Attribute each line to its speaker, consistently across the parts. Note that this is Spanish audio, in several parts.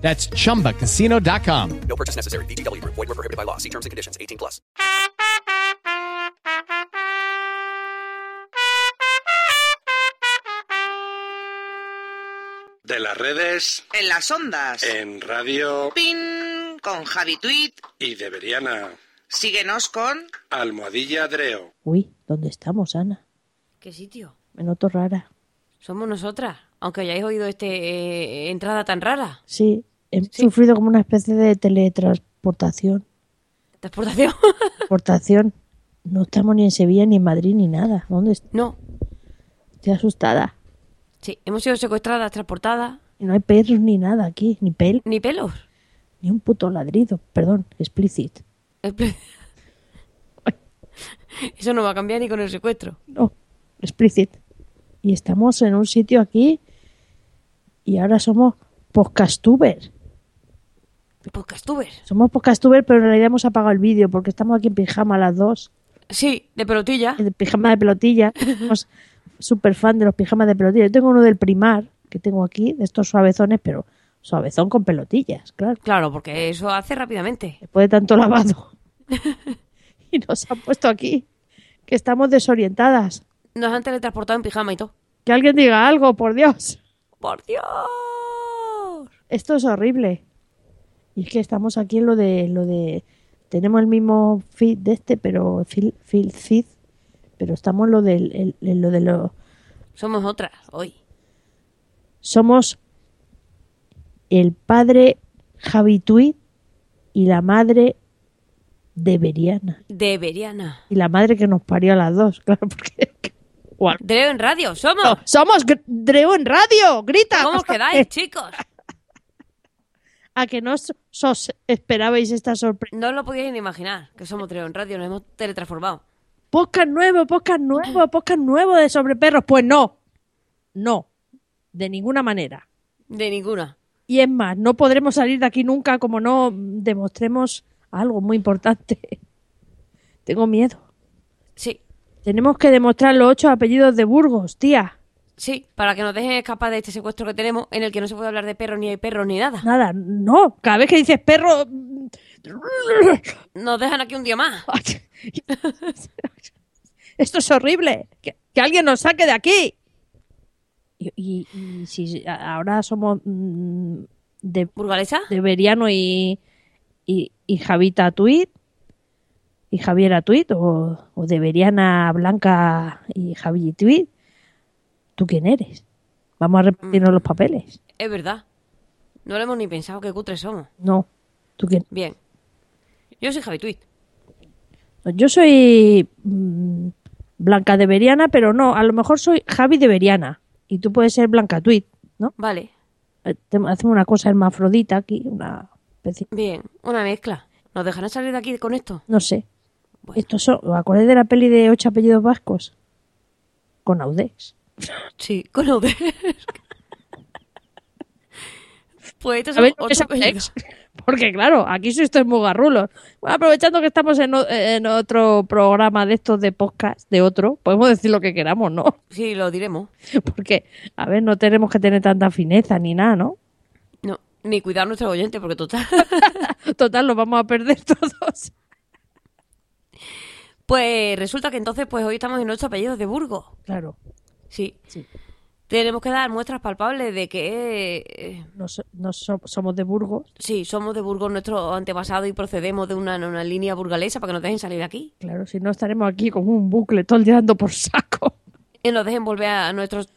Speaker 1: That's chumbacasino.com.
Speaker 2: No purchase necessary. VGW Group. Void were prohibited by law. See terms and conditions. 18 plus.
Speaker 3: De las redes,
Speaker 4: En las ondas.
Speaker 3: en radio
Speaker 4: Pin con Javi Tweet.
Speaker 3: y de Beriana.
Speaker 4: Síguenos con
Speaker 3: Almohadilla Dreo.
Speaker 5: Uy, ¿dónde estamos, Ana?
Speaker 6: ¿Qué sitio?
Speaker 5: Me noto rara.
Speaker 6: Somos nosotras. Aunque hayáis oído este eh, entrada tan rara.
Speaker 5: Sí, he sufrido como una especie de teletransportación.
Speaker 6: Transportación.
Speaker 5: Transportación. No estamos ni en Sevilla, ni en Madrid, ni nada. ¿Dónde est-
Speaker 6: no.
Speaker 5: estoy asustada?
Speaker 6: Sí, hemos sido secuestradas, transportadas.
Speaker 5: Y no hay perros ni nada aquí, ni pel,
Speaker 6: Ni pelos.
Speaker 5: ni un puto ladrido. Perdón, explicit.
Speaker 6: En plan- Eso no va a cambiar ni con el secuestro.
Speaker 5: No, explicit. Y estamos en un sitio aquí y ahora somos podcastuber.
Speaker 6: Podcastuber.
Speaker 5: Somos podcastuber, pero en realidad hemos apagado el vídeo porque estamos aquí en pijama las dos.
Speaker 6: Sí, de pelotilla.
Speaker 5: el pijama de pelotilla. Somos súper fan de los pijamas de pelotilla. Yo tengo uno del primar que tengo aquí, de estos suavezones, pero suavezón con pelotillas, claro.
Speaker 6: Claro, porque eso hace rápidamente.
Speaker 5: Después de tanto lavado. y nos han puesto aquí, que estamos desorientadas.
Speaker 6: Nos han teletransportado en pijama y todo.
Speaker 5: Que alguien diga algo, por Dios.
Speaker 6: ¡Por Dios!
Speaker 5: Esto es horrible. Y es que estamos aquí en lo de, lo de, tenemos el mismo feed de este, pero fil, fil- feed, pero estamos en lo del, el- en lo de los
Speaker 6: Somos otras hoy.
Speaker 5: somos el padre Javituit y la madre de Beriana.
Speaker 6: De Beriana.
Speaker 5: Y la madre que nos parió a las dos, claro, porque... Guau.
Speaker 6: Dreo en radio, somos.
Speaker 5: No, somos gr- Dreo en radio, grita.
Speaker 6: ¿Cómo os quedáis, chicos?
Speaker 5: A que no os, os esperabais esta sorpresa.
Speaker 6: No os lo podíais ni imaginar, que somos Dreo en radio, nos hemos teletransportado.
Speaker 5: Podcast nuevo, podcast nuevo, podcast nuevo de sobre perros. Pues no, no, de ninguna manera.
Speaker 6: De ninguna.
Speaker 5: Y es más, no podremos salir de aquí nunca como no demostremos algo muy importante. Tengo miedo.
Speaker 6: Sí,
Speaker 5: Tenemos que demostrar los ocho apellidos de Burgos, tía.
Speaker 6: sí, para que nos dejen escapar de este secuestro que tenemos en el que no se puede hablar de perros ni hay perros ni nada.
Speaker 5: Nada, no. Cada vez que dices perro...
Speaker 6: Nos dejan aquí un día más.
Speaker 5: Esto es horrible. Que, que alguien nos saque de aquí. Y, y- y si a- ahora somos mm, de,
Speaker 6: ¿Burgalesa?
Speaker 5: de Beriano y, y, y Javita Tuit y Javiera Tuit o, o de Beriana Blanca y Javi Tuit, ¿tú quién eres? Vamos a repartirnos los papeles.
Speaker 6: Es verdad. No lo hemos ni pensado, qué cutres somos.
Speaker 5: No, ¿tú quién?
Speaker 6: Bien. Yo soy Javi Tweet.
Speaker 5: Yo soy mm, Blanca de Beriana, pero no, a lo mejor soy Javi de Beriana y tú puedes ser Blanca Tuit, ¿no?
Speaker 6: Vale,
Speaker 5: Eh, te- Hacemos una cosa hermafrodita aquí, una especie,
Speaker 6: bien. Una mezcla. ¿Nos dejarán salir de aquí con esto?
Speaker 5: no sé.
Speaker 6: Bueno,
Speaker 5: Estos son, ¿os acordáis de la peli de ocho apellidos vascos? Con Audex.
Speaker 6: sí, con lo de... Pues esto
Speaker 5: ¿Sabéis
Speaker 6: es
Speaker 5: lo que es
Speaker 6: otro
Speaker 5: Audex? Porque claro, aquí sois estos mugarrulos. Bueno, aprovechando que estamos en, o- en otro programa de estos de podcast, de otro, podemos decir lo que queramos, ¿no?
Speaker 6: Sí, lo diremos.
Speaker 5: Porque, a ver, no tenemos que tener tanta fineza ni nada, ¿no?
Speaker 6: No, ni cuidar a nuestro oyente, porque total...
Speaker 5: Total, los vamos a perder todos.
Speaker 6: Pues resulta que entonces pues hoy estamos en ocho apellidos de Burgos.
Speaker 5: Claro,
Speaker 6: Sí.
Speaker 5: Sí.
Speaker 6: Tenemos que dar muestras palpables de que eh,
Speaker 5: no, so- no so- somos de Burgos,
Speaker 6: sí, somos de Burgos nuestro antepasado y procedemos de una, una línea burgalesa para que nos dejen salir de aquí.
Speaker 5: claro, si no estaremos aquí como un bucle todo el día dando por saco.
Speaker 6: Y nos dejen volver a nuestros...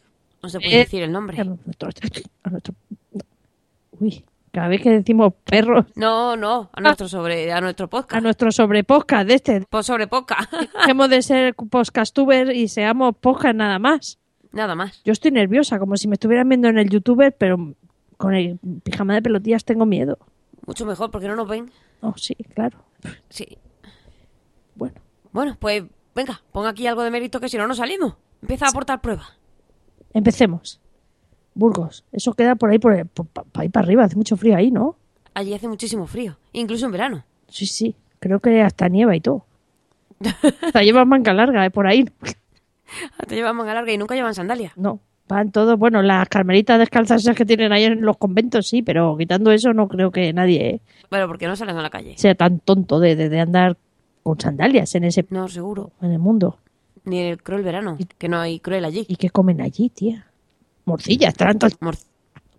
Speaker 6: No se puede
Speaker 5: Eh,
Speaker 6: decir el nombre.
Speaker 5: A nuestro- a nuestro- uy, cada vez que decimos perros,
Speaker 6: No, no, a nuestro sobre a nuestro
Speaker 5: a
Speaker 6: podcast.
Speaker 5: nuestro sobrepodcast de este,
Speaker 6: Pues sobre podcast.
Speaker 5: dejemos de ser podcastuber y seamos podcast nada más.
Speaker 6: Nada más.
Speaker 5: Yo estoy nerviosa, como si me estuvieran viendo en el youtuber, pero con el pijama de pelotillas tengo miedo.
Speaker 6: Mucho mejor porque no nos ven.
Speaker 5: Oh, sí, claro.
Speaker 6: Sí. Bueno, pues venga, ponga aquí algo de mérito que si no, no salimos. Empieza a aportar pruebas.
Speaker 5: Empecemos. Burgos, eso queda por ahí, por, el- por- pa- ahí para arriba, hace mucho frío ahí, ¿no?
Speaker 6: Allí hace muchísimo frío, incluso en verano.
Speaker 5: Sí, sí, creo que hasta nieva y todo. Hasta llevan manga larga, ¿eh? Por ahí.
Speaker 6: Ah, Te llevan manga larga y nunca llevan sandalias.
Speaker 5: No, van todos, bueno, las carmelitas descalzas esas que tienen ahí en los conventos, sí, pero quitando eso no creo que nadie eh,
Speaker 6: Pero porque no salen a la calle.
Speaker 5: sea tan tonto de, de- de andar con sandalias en ese
Speaker 6: No, seguro.
Speaker 5: en el mundo.
Speaker 6: Ni el cruel verano, que no hay cruel allí.
Speaker 5: ¿Y qué comen allí, tía? Morcillas, estarán todos
Speaker 6: Mor-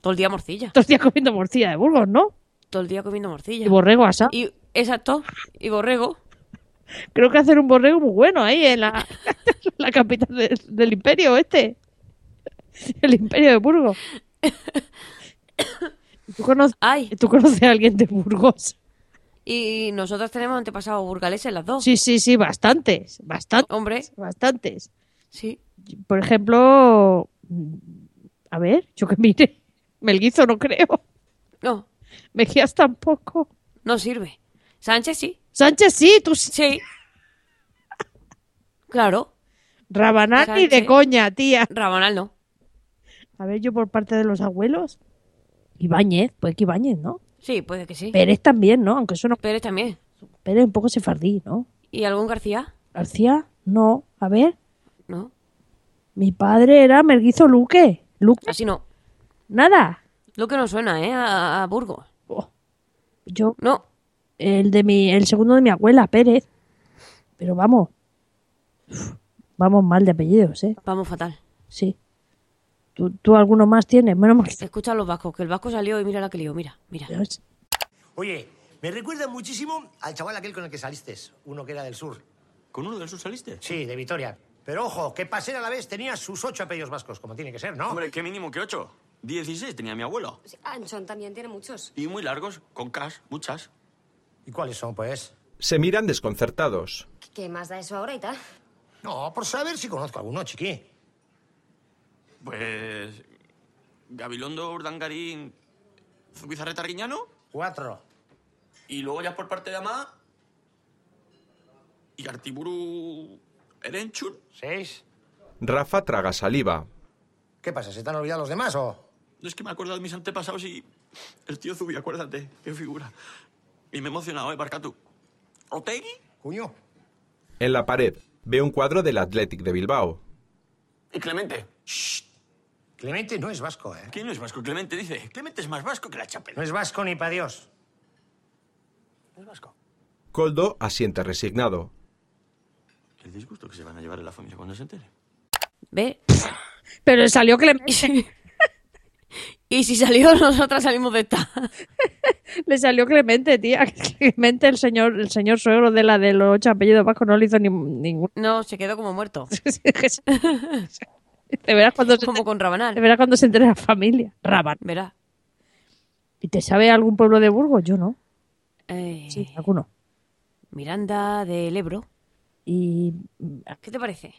Speaker 6: todo el día morcilla.
Speaker 5: los días comiendo morcilla de Burgos, ¿no?
Speaker 6: Todo el día comiendo morcilla.
Speaker 5: Y borrego asado.
Speaker 6: Y exacto, y borrego.
Speaker 5: Creo que hacen un borrego muy bueno ahí en la, la capital de- del imperio este. El imperio de Burgos. ¿Tú conoces,
Speaker 6: Ay,
Speaker 5: ¿Tú conoces a alguien de Burgos?
Speaker 6: y nosotros tenemos antepasados burgaleses las dos.
Speaker 5: Sí, sí, sí, bastantes. Bastantes.
Speaker 6: Hombre,
Speaker 5: Bastantes.
Speaker 6: sí.
Speaker 5: Por ejemplo, mm, a ver, yo que mire. Melguizo no creo.
Speaker 6: No,
Speaker 5: Mejías tampoco.
Speaker 6: no sirve. Sánchez sí.
Speaker 5: Sánchez sí, tú sí.
Speaker 6: Sí. Claro.
Speaker 5: Rabanal ni de
Speaker 6: Sánchez.
Speaker 5: coña, tía.
Speaker 6: Rabanal no.
Speaker 5: A ver, yo por parte de los abuelos. Ibáñez, pues que Ibáñez, ¿no?
Speaker 6: Sí, puede que sí.
Speaker 5: Pérez también, ¿no? Aunque eso no.
Speaker 6: Pérez también.
Speaker 5: Pérez un poco sefardí, ¿no?
Speaker 6: ¿Y algún García?
Speaker 5: García, no. A ver,
Speaker 6: No.
Speaker 5: mi padre era Merguizo Luque. Luque,
Speaker 6: Así no.
Speaker 5: nada.
Speaker 6: Lo que no suena, ¿eh? A, a Burgos.
Speaker 5: Oh. Yo,
Speaker 6: No.
Speaker 5: el de mi, el segundo de mi abuela, Pérez. Pero vamos. Uf, Vamos mal de apellidos, ¿eh?
Speaker 6: Vamos fatal.
Speaker 5: Sí. ¿Tú, tú alguno más tienes? Menos mal que-
Speaker 6: Este, Escucha a los vascos, que el vasco salió y mira la que lió. Mira, mira.
Speaker 5: Dios.
Speaker 7: Oye, me recuerda muchísimo al chaval aquel con el que saliste, uno que era del sur.
Speaker 8: ¿Con uno de esos saliste?
Speaker 7: Sí, de Vitoria. Pero ojo, que Pasera a la vez tenía sus ocho apellidos vascos, como tiene que ser, ¿no?
Speaker 8: Hombre, qué mínimo que ocho. Dieciséis tenía mi abuelo.
Speaker 9: Sí, Anchón Ah, también tiene muchos.
Speaker 8: Y muy largos, con cas, muchas.
Speaker 7: ¿Y cuáles son, pues?
Speaker 10: Se miran desconcertados.
Speaker 9: ¿Qué más da eso ahora y tal?
Speaker 7: No, por saber si conozco alguno, chiqui.
Speaker 8: Pues... Gabilondo, Urdangarín, Zubizarreta, Riñano.
Speaker 7: Cuatro.
Speaker 8: Y luego ya por parte de Amá... Y Artiburu... Erenchur.
Speaker 7: Seis.
Speaker 10: Rafa traga saliva.
Speaker 7: ¿Qué pasa? ¿Se te han olvidado los demás o...?
Speaker 8: No es que me he acordado de mis antepasados y... El tío Zubi, acuérdate, qué figura. Y me he emocionado, ¿eh, Barcatu? ¿Otegui?
Speaker 7: Cuño.
Speaker 10: En la pared ve un cuadro del Athletic de Bilbao.
Speaker 8: Y Clemente.
Speaker 7: Clemente no es vasco, ¿eh?
Speaker 8: ¿Quién no es vasco? Clemente dice. Clemente es más vasco que la chapela.
Speaker 7: No es vasco ni pa' Dios. No es vasco.
Speaker 10: Coldo asiente resignado.
Speaker 8: El disgusto que se van a llevar en la familia cuando se entere.
Speaker 6: ¿Ve?
Speaker 5: Pero le salió Clemente.
Speaker 6: Y si salió, nosotras salimos de esta.
Speaker 5: Le salió Clemente, tía. Clemente, el señor, el señor suegro de la de los ocho apellidos vascos, no le hizo ni, ningún.
Speaker 6: No, se quedó como muerto.
Speaker 5: Te verás cuando se,
Speaker 6: Como con
Speaker 5: te
Speaker 6: Rabanal.
Speaker 5: verás cuando se entere la familia. Raban.
Speaker 6: Verá.
Speaker 5: ¿Y te sabe algún pueblo de Burgos? Yo no.
Speaker 6: Eh,
Speaker 5: Sí, alguno.
Speaker 6: Miranda del Ebro.
Speaker 5: Y mm,
Speaker 6: ¿Qué te parece?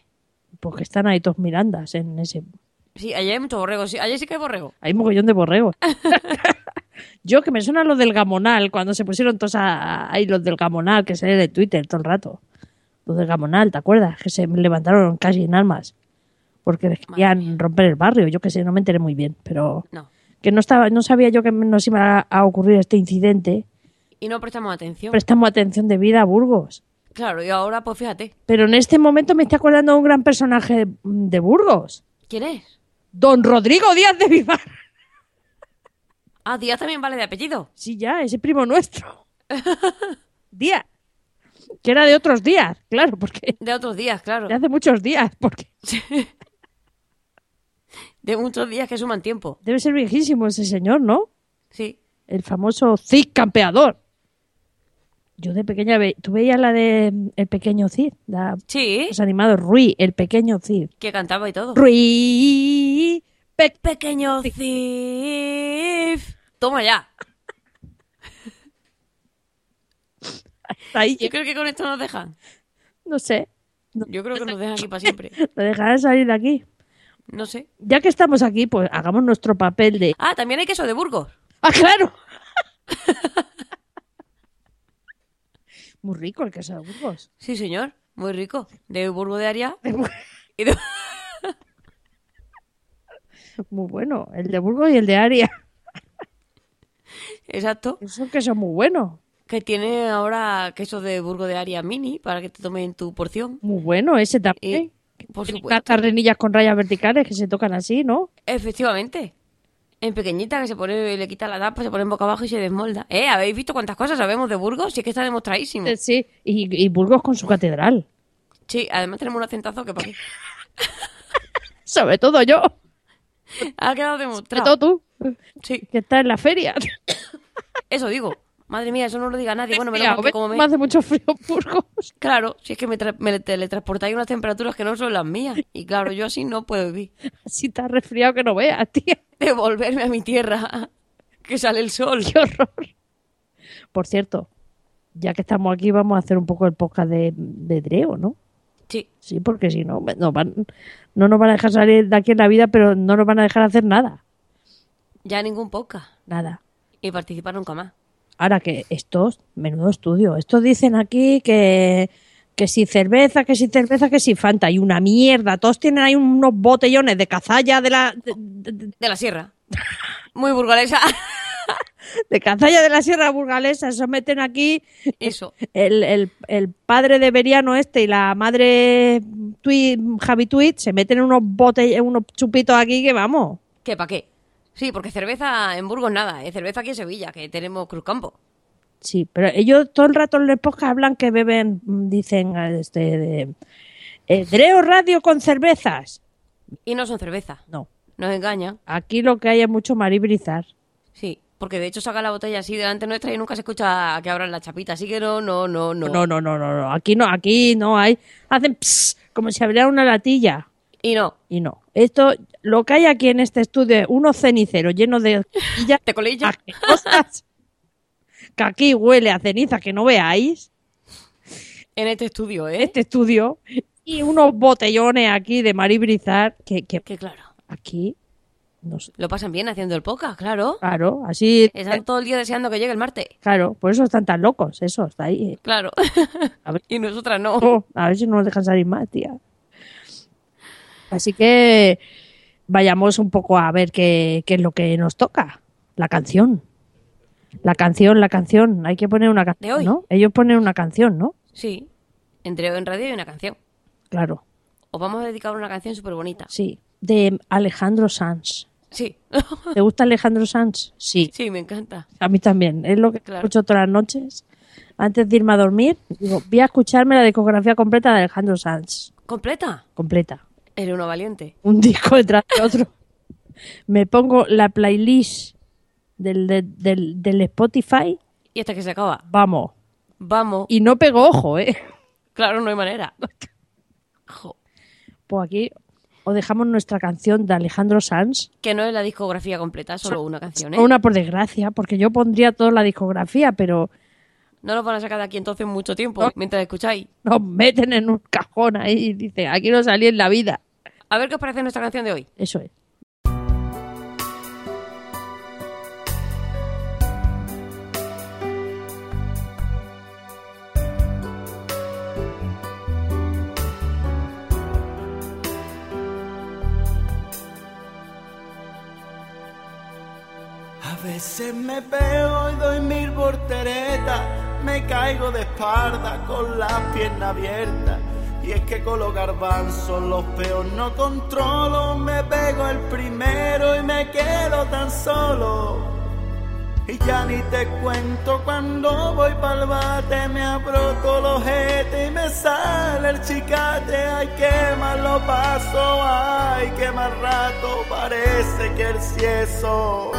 Speaker 5: porque están ahí dos Mirandas en ese.
Speaker 6: Sí, allí hay mucho borrego. Sí, allí sí que hay borrego.
Speaker 5: Hay mogollón de borregos. Yo que me suena lo del Gamonal, cuando se pusieron todos a- ahí los del Gamonal, que sale de Twitter todo el rato. Los del Gamonal, ¿te acuerdas? Que se levantaron casi en armas. Porque les querían romper el barrio. Yo que sé, no me enteré muy bien, pero.
Speaker 6: No.
Speaker 5: que no estaba, no sabía yo que nos iba a- a ocurrir este incidente.
Speaker 6: Y no prestamos atención.
Speaker 5: Prestamos atención de vida a Burgos.
Speaker 6: Claro, y ahora, pues fíjate.
Speaker 5: Pero en este momento me está acordando de un gran personaje mm, de Burgos.
Speaker 6: ¿Quién es?
Speaker 5: Don Rodrigo Díaz de Vivar.
Speaker 6: Ah, Díaz también vale de apellido.
Speaker 5: Sí, ya, ese primo nuestro. Díaz. Que era de otros días, claro, porque
Speaker 6: De otros días, claro.
Speaker 5: de hace muchos días, porque
Speaker 6: De muchos días que suman tiempo.
Speaker 5: debe ser viejísimo ese señor, ¿no?
Speaker 6: Sí.
Speaker 5: El famoso Cid campeador. Yo de pequeña ve- tú veías la de mm, El pequeño Cid, la
Speaker 6: Sí.
Speaker 5: los animados Rui, el pequeño Cid.
Speaker 6: Que cantaba y todo.
Speaker 5: Rui, pe-
Speaker 6: Pequeño Cif. Toma ya.
Speaker 5: ahí,
Speaker 6: Yo creo que con esto nos dejan.
Speaker 5: no sé,
Speaker 6: Yo creo que nos dejan aquí para siempre.
Speaker 5: lo dejarán salir de aquí.
Speaker 6: No sé.
Speaker 5: Ya que estamos aquí, pues hagamos nuestro papel de...
Speaker 6: Ah, también hay queso de Burgos.
Speaker 5: ¡Ah, claro! Muy rico el queso de Burgos.
Speaker 6: Sí, señor. Muy rico. De Burgo de Aria. y de-
Speaker 5: Muy bueno. El de Burgos y el de Aria.
Speaker 6: Exacto.
Speaker 5: Esos que son muy buenos.
Speaker 6: Que tiene ahora queso de Burgo de Aria mini para que te tomen tu porción.
Speaker 5: Muy bueno ese
Speaker 6: Y,
Speaker 5: también.
Speaker 6: Eh, por
Speaker 5: Tiene
Speaker 6: supuesto.
Speaker 5: unas carrenillas con rayas verticales que se tocan así, ¿no?
Speaker 6: Efectivamente. En pequeñita que se pone, le quita la tapa, se pone boca abajo y se desmolda. ¿Eh? ¿Habéis visto cuántas cosas sabemos de Burgos? Sí, que está demostradísimo.
Speaker 5: Eh, Sí, y, y Burgos con su catedral.
Speaker 6: Sí, además tenemos un acentazo que para qué.
Speaker 5: Sobre todo yo,
Speaker 6: Ha quedado
Speaker 5: sobre todo
Speaker 6: demostrado.
Speaker 5: tú,
Speaker 6: Sí,
Speaker 5: que estás en la feria.
Speaker 6: eso digo. Madre mía, eso no lo diga nadie. Bueno, menos
Speaker 5: Mira,
Speaker 6: mal que
Speaker 5: ves,
Speaker 6: como me...
Speaker 5: me hace mucho frío en Burgos.
Speaker 6: Claro, si es que me, tra- me teletransportáis a unas temperaturas que no son las mías. Y claro, yo así no puedo vivir.
Speaker 5: Así estás resfriado que no veas, tía.
Speaker 6: Devolverme a mi tierra, que sale el sol.
Speaker 5: Qué horror. Por cierto, ya que estamos aquí, vamos a hacer un poco el podcast de, de Dreo, ¿no?
Speaker 6: Sí,
Speaker 5: Sí, porque si no, no, van- no nos van a dejar salir de aquí en la vida, pero no nos van a dejar hacer nada.
Speaker 6: ya ningún podcast.
Speaker 5: Nada.
Speaker 6: Y participar nunca más.
Speaker 5: Ahora que estos, menudo estudio, estos dicen aquí que, que si cerveza, que si cerveza, que si Fanta, y una mierda. Todos tienen ahí unos botellones de cazalla de la, de, de-
Speaker 6: De la sierra. Muy burgalesa.
Speaker 5: de cazalla de la Sierra Burgalesa, se meten aquí
Speaker 6: Eso.
Speaker 5: el, el- el padre de Beriano este y la madre Tui- Javi Tweet se meten unos bote- unos chupitos aquí que vamos.
Speaker 6: ¿Qué, pa' qué? Sí, porque cerveza en Burgos nada. Es cerveza aquí en Sevilla, que tenemos Cruzcampo.
Speaker 5: Sí, pero ellos todo el rato en el podcast hablan que beben, mm, dicen este de, eh, Dreo Radio con cervezas.
Speaker 6: Y no son cerveza.
Speaker 5: No,
Speaker 6: Nos engañan.
Speaker 5: aquí lo que hay es mucho maribrizar.
Speaker 6: Sí, porque de hecho saca la botella así delante nuestra y nunca se escucha que abran la chapita. Así que no, no, no, no.
Speaker 5: No, no, no, no, no, aquí no, aquí no hay. Hacen pss, como si abriera una latilla.
Speaker 6: Y no.
Speaker 5: Y no. Esto, lo que hay aquí en este estudio es unos ceniceros llenos de colillas
Speaker 6: ¿Te colilla?
Speaker 5: asquerosas, que aquí huele a ceniza que no veáis.
Speaker 6: En este estudio, ¿eh?
Speaker 5: Este estudio. Y unos botellones aquí de maribrizar que, que
Speaker 6: Que claro.
Speaker 5: aquí no sé.
Speaker 6: Lo pasan bien haciendo el podcast, claro.
Speaker 5: Claro, así.
Speaker 6: Están todo el día deseando que llegue el martes.
Speaker 5: Claro, por eso están tan locos, eso, está ahí. eh.
Speaker 6: Claro.
Speaker 5: A ver,
Speaker 6: y nosotras no.
Speaker 5: oh, a ver si no nos dejan salir más, tía. Así que vayamos un poco a ver qué, qué es lo que nos toca. La canción. La canción, la canción. Hay que poner una
Speaker 6: De
Speaker 5: canción,
Speaker 6: hoy.
Speaker 5: ¿no? Ellos ponen una canción, ¿no?
Speaker 6: Sí. Entre en radio y una canción.
Speaker 5: Claro,
Speaker 6: Os vamos a dedicar una canción súper bonita.
Speaker 5: sí. De Alejandro Sanz.
Speaker 6: Sí.
Speaker 5: ¿Te gusta Alejandro Sanz? Sí.
Speaker 6: sí, me encanta.
Speaker 5: A mí también. Es lo que
Speaker 6: Claro.
Speaker 5: escucho todas las noches. Antes de irme a dormir, digo, voy a escucharme la discografía completa de Alejandro Sanz.
Speaker 6: ¿Completa?
Speaker 5: Completa.
Speaker 6: Eres uno valiente.
Speaker 5: Un disco detrás de otro. Me pongo la playlist del, del, del- del Spotify.
Speaker 6: Y hasta que se acaba.
Speaker 5: Vamos.
Speaker 6: Vamos.
Speaker 5: Y no pego ojo, ¿eh?
Speaker 6: Claro, no hay manera. Jo,
Speaker 5: Pues aquí os dejamos nuestra canción de Alejandro Sanz.
Speaker 6: Que no es la discografía completa, solo una canción, ¿eh?
Speaker 5: Una por desgracia, porque yo pondría toda la discografía, pero
Speaker 6: No nos van a sacar de aquí entonces mucho tiempo,
Speaker 5: No.
Speaker 6: mientras escucháis.
Speaker 5: nos meten en un cajón ahí y dicen, aquí no salí en la vida.
Speaker 6: A ver qué os parece nuestra canción de hoy.
Speaker 5: Eso es.
Speaker 8: A veces me pego y doy mil volteretas, me caigo de espalda con las piernas abiertas. Y es que con los garbanzos los peos no controlo, me pego el primero y me quedo tan solo. Y ya ni te cuento cuando voy pa'l bate, me abro todos los jetes y me sale el chicate. Ay, qué mal lo paso, ay, qué mal rato, parece que el cieso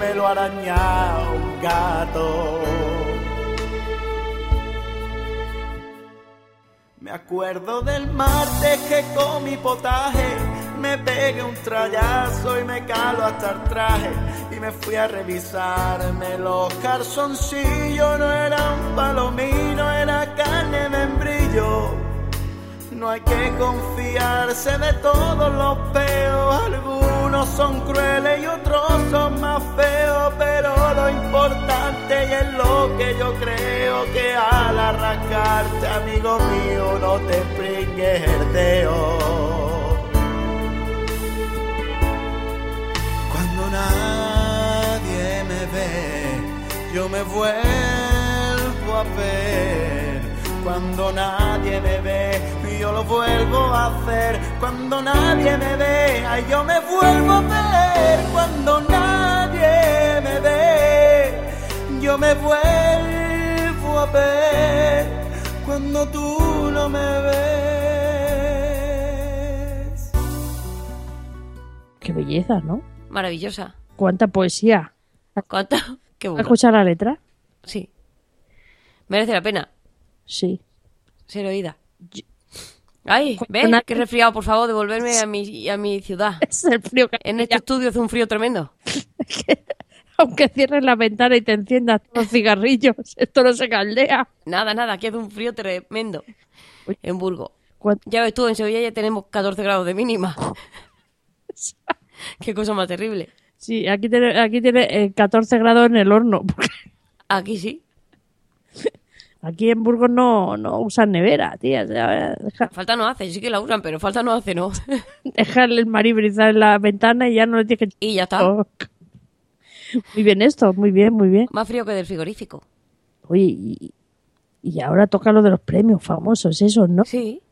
Speaker 8: me lo araña un gato. Me acuerdo del martes que con mi potaje me pegué un trayazo y me calo hasta el traje y me fui a revisarme los calzoncillos. No era un palomino, era carne de membrillo. No hay que confiarse de todos los peos, algunos son crueles y otros son más feos, pero lo importante y es lo que yo creo que al arrancarte, amigo mío, no te pringues el dedo. Cuando nadie me ve, yo me vuelvo a ver. Cuando nadie me ve, yo lo vuelvo a hacer. Cuando nadie me ve, ay, yo me vuelvo a ver. Cuando nadie me ve, yo me vuelvo a ver. Cuando tú no me ves.
Speaker 5: Qué belleza, ¿no?
Speaker 6: Maravillosa.
Speaker 5: Cuánta poesía.
Speaker 6: ¿Cuánto? Qué
Speaker 5: ¿Has
Speaker 6: bueno.
Speaker 5: escuchado la letra?
Speaker 6: Sí. Merece la pena
Speaker 5: Sí.
Speaker 6: ser oída. Ay, ve,
Speaker 5: Cuando-
Speaker 6: qué resfriado, por favor, devolverme a mi, a mi ciudad.
Speaker 5: Es el frío que
Speaker 6: En este estudio hace un frío tremendo.
Speaker 5: Aunque cierres la ventana y te enciendas los cigarrillos, esto no se caldea.
Speaker 6: Nada, nada, aquí hace un frío tremendo.
Speaker 5: Uy.
Speaker 6: En Burgo.
Speaker 5: Cuan-
Speaker 6: Ya ves tú, en Sevilla ya tenemos 14 grados de mínima. qué cosa más terrible.
Speaker 5: Sí, aquí tiene, aquí tiene eh, 14 grados en el horno. porque
Speaker 6: Aquí sí.
Speaker 5: Aquí en Burgos no, no usan nevera, tía. O sea, deja-
Speaker 6: Falta no hace, sí que la usan, pero falta no hace, no.
Speaker 5: dejarle el marí brizar en la ventana y ya no le tienes que...
Speaker 6: y ya está.
Speaker 5: Muy bien esto, muy bien, muy bien.
Speaker 6: Más frío que del frigorífico.
Speaker 5: Oye, y, y ahora toca lo de los premios famosos, esos, ¿no?
Speaker 6: Sí.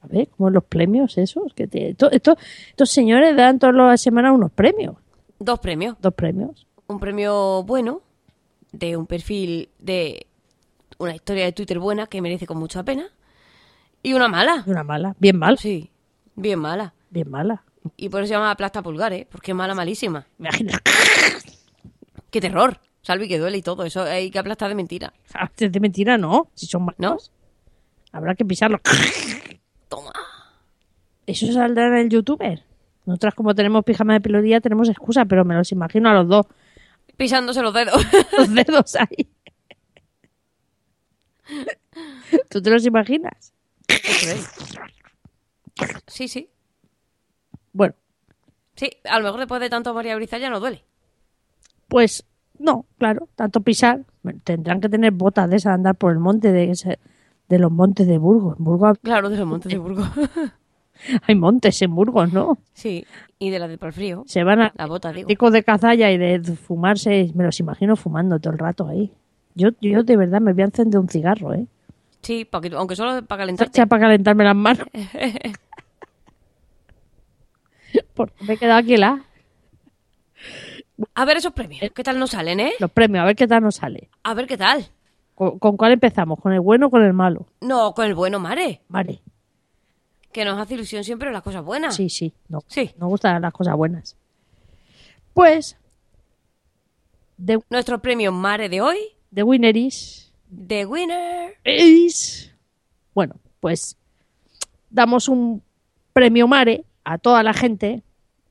Speaker 5: A ver, ¿cómo los premios esos? Que te- esto- esto- estos señores dan todas las semanas unos premios.
Speaker 6: Dos premios.
Speaker 5: Dos premios.
Speaker 6: un premio bueno de un perfil de una historia de Twitter buena que merece con mucha pena y una mala.
Speaker 5: Y una mala. Bien mala.
Speaker 6: Sí, bien mala.
Speaker 5: Bien mala.
Speaker 6: Y por eso se llama aplasta pulgares, porque es mala malísima.
Speaker 5: Imagina.
Speaker 6: ¡Qué terror! Salvi que duele y todo, eso hay que aplastar de mentira.
Speaker 5: De mentira, no. Si son malos.
Speaker 6: ¿No?
Speaker 5: Habrá que pisarlos.
Speaker 6: Toma.
Speaker 5: Eso saldrá en el youtuber. Nosotras, como tenemos pijama de pilotía, tenemos excusa, pero me los imagino a los dos.
Speaker 6: Pisándose los dedos.
Speaker 5: Los dedos ahí. ¿Tú te los imaginas?
Speaker 6: sí, sí.
Speaker 5: Bueno,
Speaker 6: Sí, a lo mejor después de tanto María Brizal ya no duele.
Speaker 5: pues no, claro, tanto pisar. Bueno, Tendrán que tener botas de esas de andar por el monte de, ese- de los montes de Burgos. En Burgos
Speaker 6: Claro, de los montes de Burgos.
Speaker 5: hay montes en Burgos, ¿no?
Speaker 6: sí, y de la del pal frío.
Speaker 5: Se van a
Speaker 6: La bota, digo.
Speaker 5: picos de cazalla y de fumarse, me los imagino fumando todo el rato ahí. Yo, yo de verdad me voy a encender un cigarro, ¿eh?
Speaker 6: Sí, pa' que- aunque solo para calentarte.
Speaker 5: Sea para calentarme las manos. Porque me he quedado aquí la,
Speaker 6: A ver esos premios. ¿Qué tal nos salen, eh?
Speaker 5: los premios, a ver qué tal nos sale.
Speaker 6: A ver qué tal.
Speaker 5: ¿Con, con cuál empezamos? ¿Con el bueno o con el malo?
Speaker 6: No, con el bueno mare.
Speaker 5: Vale,
Speaker 6: Que nos hace ilusión siempre las cosas buenas.
Speaker 5: sí, sí, no,
Speaker 6: Ah. Sí.
Speaker 5: no gustan las cosas buenas. Pues, de,
Speaker 6: Nuestro premio mare de hoy,
Speaker 5: de Winner is-
Speaker 6: The Winner.
Speaker 5: is- Bueno, pues damos un premio Mare a toda la gente,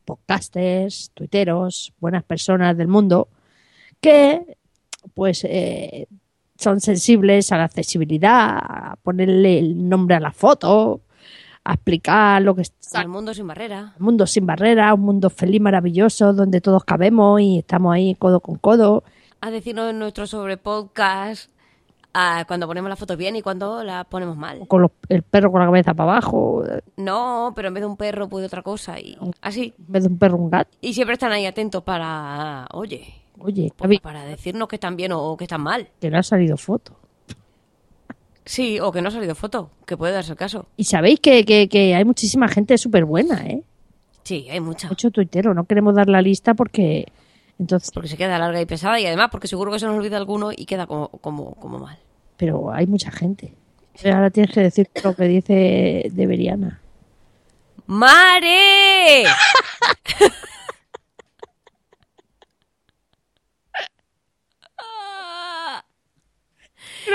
Speaker 5: podcasters, tuiteros, buenas personas del mundo, que pues eh, son sensibles a la accesibilidad, a ponerle el nombre a la foto, a explicar lo que está
Speaker 6: El mundo sin barrera.
Speaker 5: Un mundo sin barreras, un mundo feliz, maravilloso, donde todos cabemos y estamos ahí codo con codo.
Speaker 6: A decirnos en nuestro sobre podcast a cuando ponemos las fotos bien y cuando las ponemos mal.
Speaker 5: Con los- el perro con la cabeza para abajo,
Speaker 6: No, pero en vez de un perro puede otra cosa y así.
Speaker 5: en vez de un perro, un gato.
Speaker 6: Y siempre están ahí atentos para, oye,
Speaker 5: Oye, Javi,
Speaker 6: para decirnos que están bien o que están mal.
Speaker 5: que no ha salido foto.
Speaker 6: Sí, o que no ha salido foto, que puede darse el caso.
Speaker 5: Y sabéis que, que- que hay muchísima gente súper buena, ¿eh?
Speaker 6: Sí, hay mucha.
Speaker 5: Mucho tuitero, no queremos dar la lista porque entonces,
Speaker 6: Porque se queda larga y pesada y además porque seguro que se nos olvida alguno y queda como, como, como mal.
Speaker 5: pero hay mucha gente. Ahora tienes que decir lo que dice Deberiana.
Speaker 6: ¡Mare!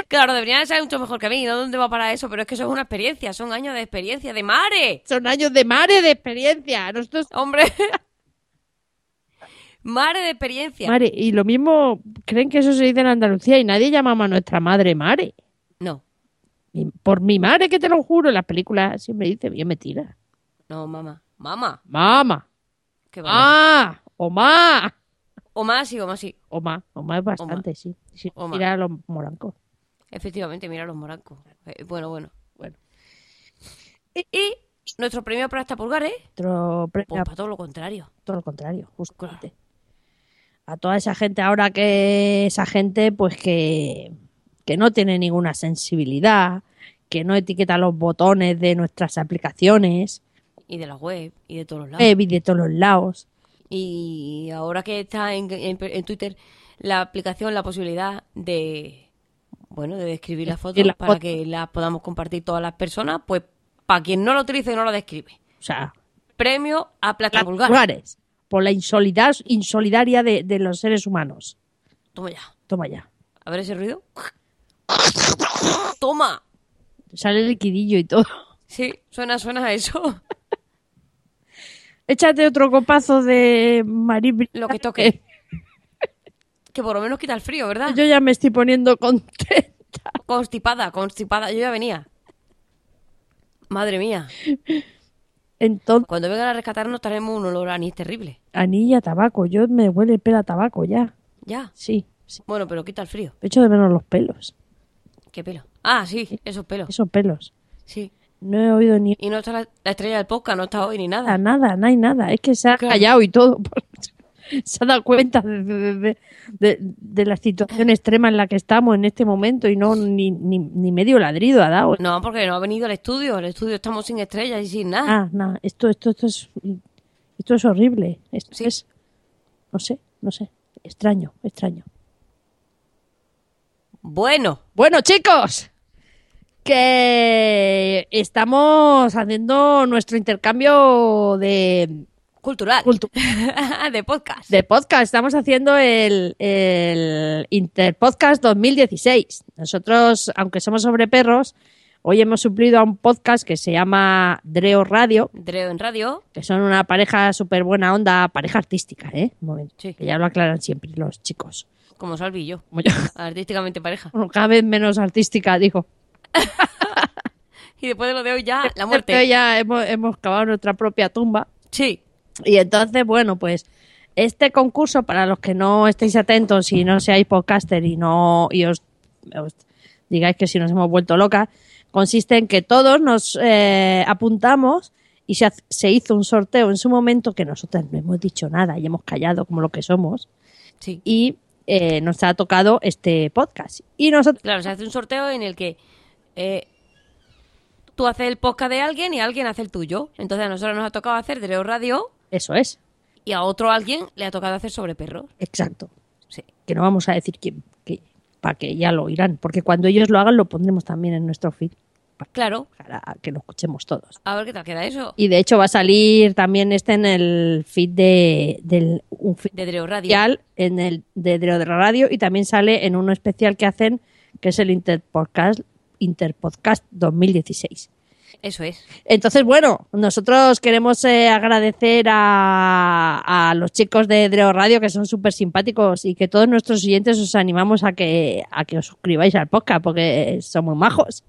Speaker 6: claro, deberían saber mucho mejor que a mí. No dónde va para eso, pero es que eso es una experiencia. Son años de experiencia, de mare.
Speaker 5: Son años de mare de experiencia. Nosotros
Speaker 6: Hombre. Mare de experiencia.
Speaker 5: Mare, y lo mismo creen que eso se dice en Andalucía y nadie llamaba a nuestra madre Mare.
Speaker 6: No,
Speaker 5: Mi- Por mi madre, que te lo juro, en las películas siempre dice, bien me tira.
Speaker 6: no, mamá. Mamá.
Speaker 5: Mama, ah,
Speaker 6: Qué vale.
Speaker 5: ma, o ma.
Speaker 6: O más, sí, o más, sí.
Speaker 5: O más, o más bastante, sí. sí.
Speaker 6: Oma.
Speaker 5: Mira los morancos.
Speaker 6: Efectivamente, mira los morancos. Eh, Bueno, bueno.
Speaker 5: Bueno.
Speaker 6: Y, y nuestro premio para esta pulgar, ¿eh?
Speaker 5: Otro pre-
Speaker 6: Pues
Speaker 5: a-
Speaker 6: para todo lo contrario.
Speaker 5: todo lo contrario, justamente. A toda esa gente ahora que esa gente pues que, que no tiene ninguna sensibilidad, que no etiqueta los botones de nuestras aplicaciones,
Speaker 6: Y de la web, y de todos los lados.
Speaker 5: web y de todos los lados.
Speaker 6: Y ahora que está en, en- en Twitter la aplicación, la posibilidad de, bueno, de describir las fotos
Speaker 5: Describir las
Speaker 6: para
Speaker 5: fotos.
Speaker 6: que las podamos compartir todas las personas, pues para quien no lo utilice y no lo describe.
Speaker 5: O sea,
Speaker 6: Premio a Plata Vulgar.
Speaker 5: vulgares, por la insolidar, insolidaria de, de los seres humanos.
Speaker 6: Toma ya.
Speaker 5: Toma ya.
Speaker 6: A ver ese ruido. Toma.
Speaker 5: Sale el liquidillo y todo.
Speaker 6: Sí, suena, suena a eso.
Speaker 5: Échate otro copazo de Marí
Speaker 6: Lo que toque. Que por lo menos quita el frío, ¿verdad?
Speaker 5: Yo ya me estoy poniendo contenta.
Speaker 6: Constipada, constipada. Yo ya venía. Madre mía.
Speaker 5: Entonces,
Speaker 6: Cuando vengan a rescatarnos traemos un olor a anís terrible.
Speaker 5: anilla, tabaco. Yo me huele el pelo a tabaco ya.
Speaker 6: Ya.
Speaker 5: Sí, sí.
Speaker 6: Bueno, pero quita el frío.
Speaker 5: Echo de menos los pelos.
Speaker 6: ¿Qué pelo? Ah, sí, esos pelos.
Speaker 5: Esos pelos.
Speaker 6: Sí.
Speaker 5: No he oído ni
Speaker 6: Y no está la, la estrella del podcast, no está hoy ni
Speaker 5: nada,
Speaker 6: nada.
Speaker 5: nada, no hay nada. Es que se ha
Speaker 6: Claro.
Speaker 5: callado y todo. Se ha dado cuenta de, de- de- de- de la situación extrema en la que estamos en este momento y no ni, ni, ni medio ladrido ha dado.
Speaker 6: No, porque no ha venido al estudio. El estudio estamos sin estrellas y sin nada.
Speaker 5: Ah, nada, esto, esto, esto es esto es horrible. Esto
Speaker 6: Sí.
Speaker 5: es no sé, no sé. Extraño, extraño.
Speaker 6: Bueno,
Speaker 5: Bueno, chicos, que estamos haciendo nuestro intercambio de,
Speaker 6: cultural.
Speaker 5: Cultu-
Speaker 6: de podcast.
Speaker 5: de podcast. Estamos haciendo el, el Interpodcast 2016. Nosotros, aunque somos sobre perros, hoy hemos suplido a un podcast que se llama Dreo Radio,
Speaker 6: Dreo en radio.
Speaker 5: que son una pareja súper buena onda, pareja artística, ¿eh? Un momento,
Speaker 6: Sí.
Speaker 5: que ya lo aclaran siempre los chicos.
Speaker 6: Como Salvi y yo.
Speaker 5: Como yo.
Speaker 6: Artísticamente pareja.
Speaker 5: Bueno, cada vez menos artística, digo.
Speaker 6: Y después de lo de hoy ya, la muerte.
Speaker 5: Ya hemos, hemos cavado nuestra propia tumba.
Speaker 6: Sí.
Speaker 5: Y entonces, bueno, pues este concurso, para los que no estéis atentos y no seáis podcaster y no y os, os digáis que si nos hemos vuelto locas, consiste en que todos nos eh, apuntamos y se, haz- se hizo un sorteo en su momento que nosotras no hemos dicho nada y hemos callado como lo que somos
Speaker 6: Sí.
Speaker 5: y eh, nos ha tocado este podcast. Y nosotros...
Speaker 6: Claro, se hace un sorteo en el que eh, tú haces el podcast de alguien y alguien hace el tuyo. Entonces a nosotros nos ha tocado hacer Dreo Radio
Speaker 5: Eso es,
Speaker 6: y a otro alguien le ha tocado hacer sobre perros.
Speaker 5: exacto.
Speaker 6: Sí.
Speaker 5: Que no vamos a decir quién, que, para que ya lo oirán, porque cuando ellos lo hagan lo pondremos también en nuestro feed.
Speaker 6: Claro.
Speaker 5: para que lo escuchemos todos.
Speaker 6: A ver qué tal queda eso.
Speaker 5: Y de hecho va a salir también este en el feed de, del un feed
Speaker 6: De Dreo Radio.
Speaker 5: especial en el de Dreo de la Radio y también sale en uno especial que hacen que es el Interpodcast Interpodcast 2016.
Speaker 6: Eso es.
Speaker 5: Entonces, bueno, nosotros queremos eh, agradecer a, a los chicos de Dreo Radio que son súper simpáticos y que todos nuestros oyentes os animamos a que, a que os suscribáis al podcast porque son muy majos.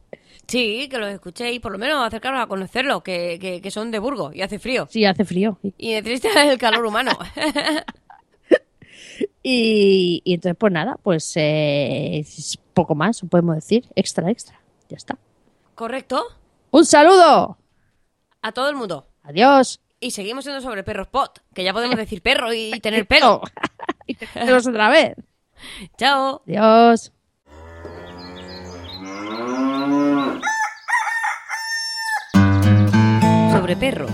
Speaker 6: Sí, que los escuchéis, por lo menos acercaros a conocerlos, que, que, que son de Burgos y hace frío.
Speaker 5: Sí, hace frío.
Speaker 6: Y necesitas el calor humano.
Speaker 5: Y, y entonces, pues nada, pues eh, es poco más, podemos decir, extra, extra. Ya está.
Speaker 6: Correcto.
Speaker 5: Un saludo.
Speaker 6: A todo el mundo.
Speaker 5: Adiós.
Speaker 6: Y seguimos siendo sobre perros pot, que ya podemos decir perro y y tener pelo.
Speaker 5: y te vemos otra vez.
Speaker 6: Chao.
Speaker 5: Adiós.
Speaker 6: Sobre perros.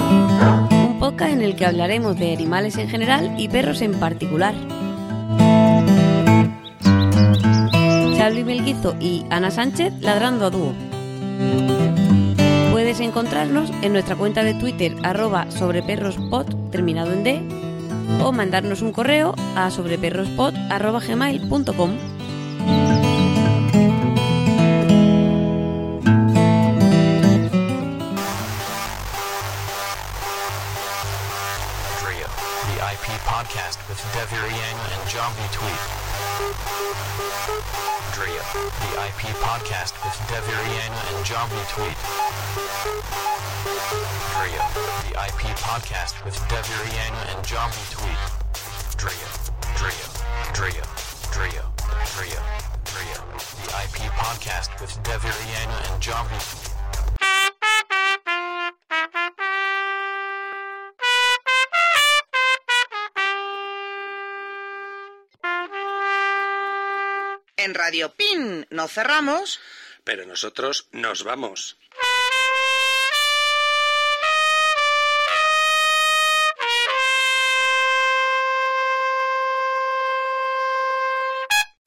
Speaker 6: Un podcast en el que hablaremos de animales en general y perros en particular. Charlie Melguizo y Ana Sánchez ladrando a dúo. Puedes encontrarnos en nuestra cuenta de Twitter arroba sobreperrospod terminado en D o mandarnos un correo a sobreperrospod arroba gmail.com.
Speaker 11: Trio, the IP podcast with Deviriano and John V. Tweet. Trio, the IP podcast with Deviriano and John V. Tweet. Trio, the IP podcast with Deviriano and John V. Tweet. Trio, Drio, Drio, Drio, Drio. The IP podcast with Deviriana and Javi.
Speaker 4: En Radio Pin no cerramos.
Speaker 3: Pero nosotros nos vamos.